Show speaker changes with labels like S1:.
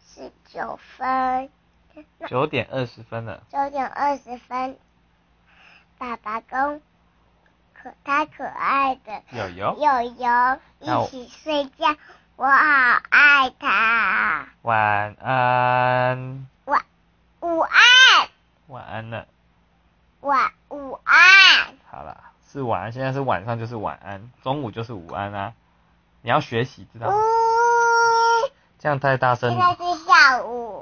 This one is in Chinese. S1: 十九分，
S2: 九点二十分了。
S1: 九点二十分，爸爸跟可他可爱的
S2: 友友，
S1: 友友
S2: 那我
S1: 一起睡觉，我好爱他。
S2: 晚安，
S1: 午安，
S2: 晚安了。
S1: 晚午安，
S2: 好啦，是晚安，现在是晚上就是晚安，中午就是午安啊。
S1: 哦
S2: 你要学习，知道吗？
S1: 呜，
S2: 这样太大声
S1: 现
S2: 了
S1: 在。是下午。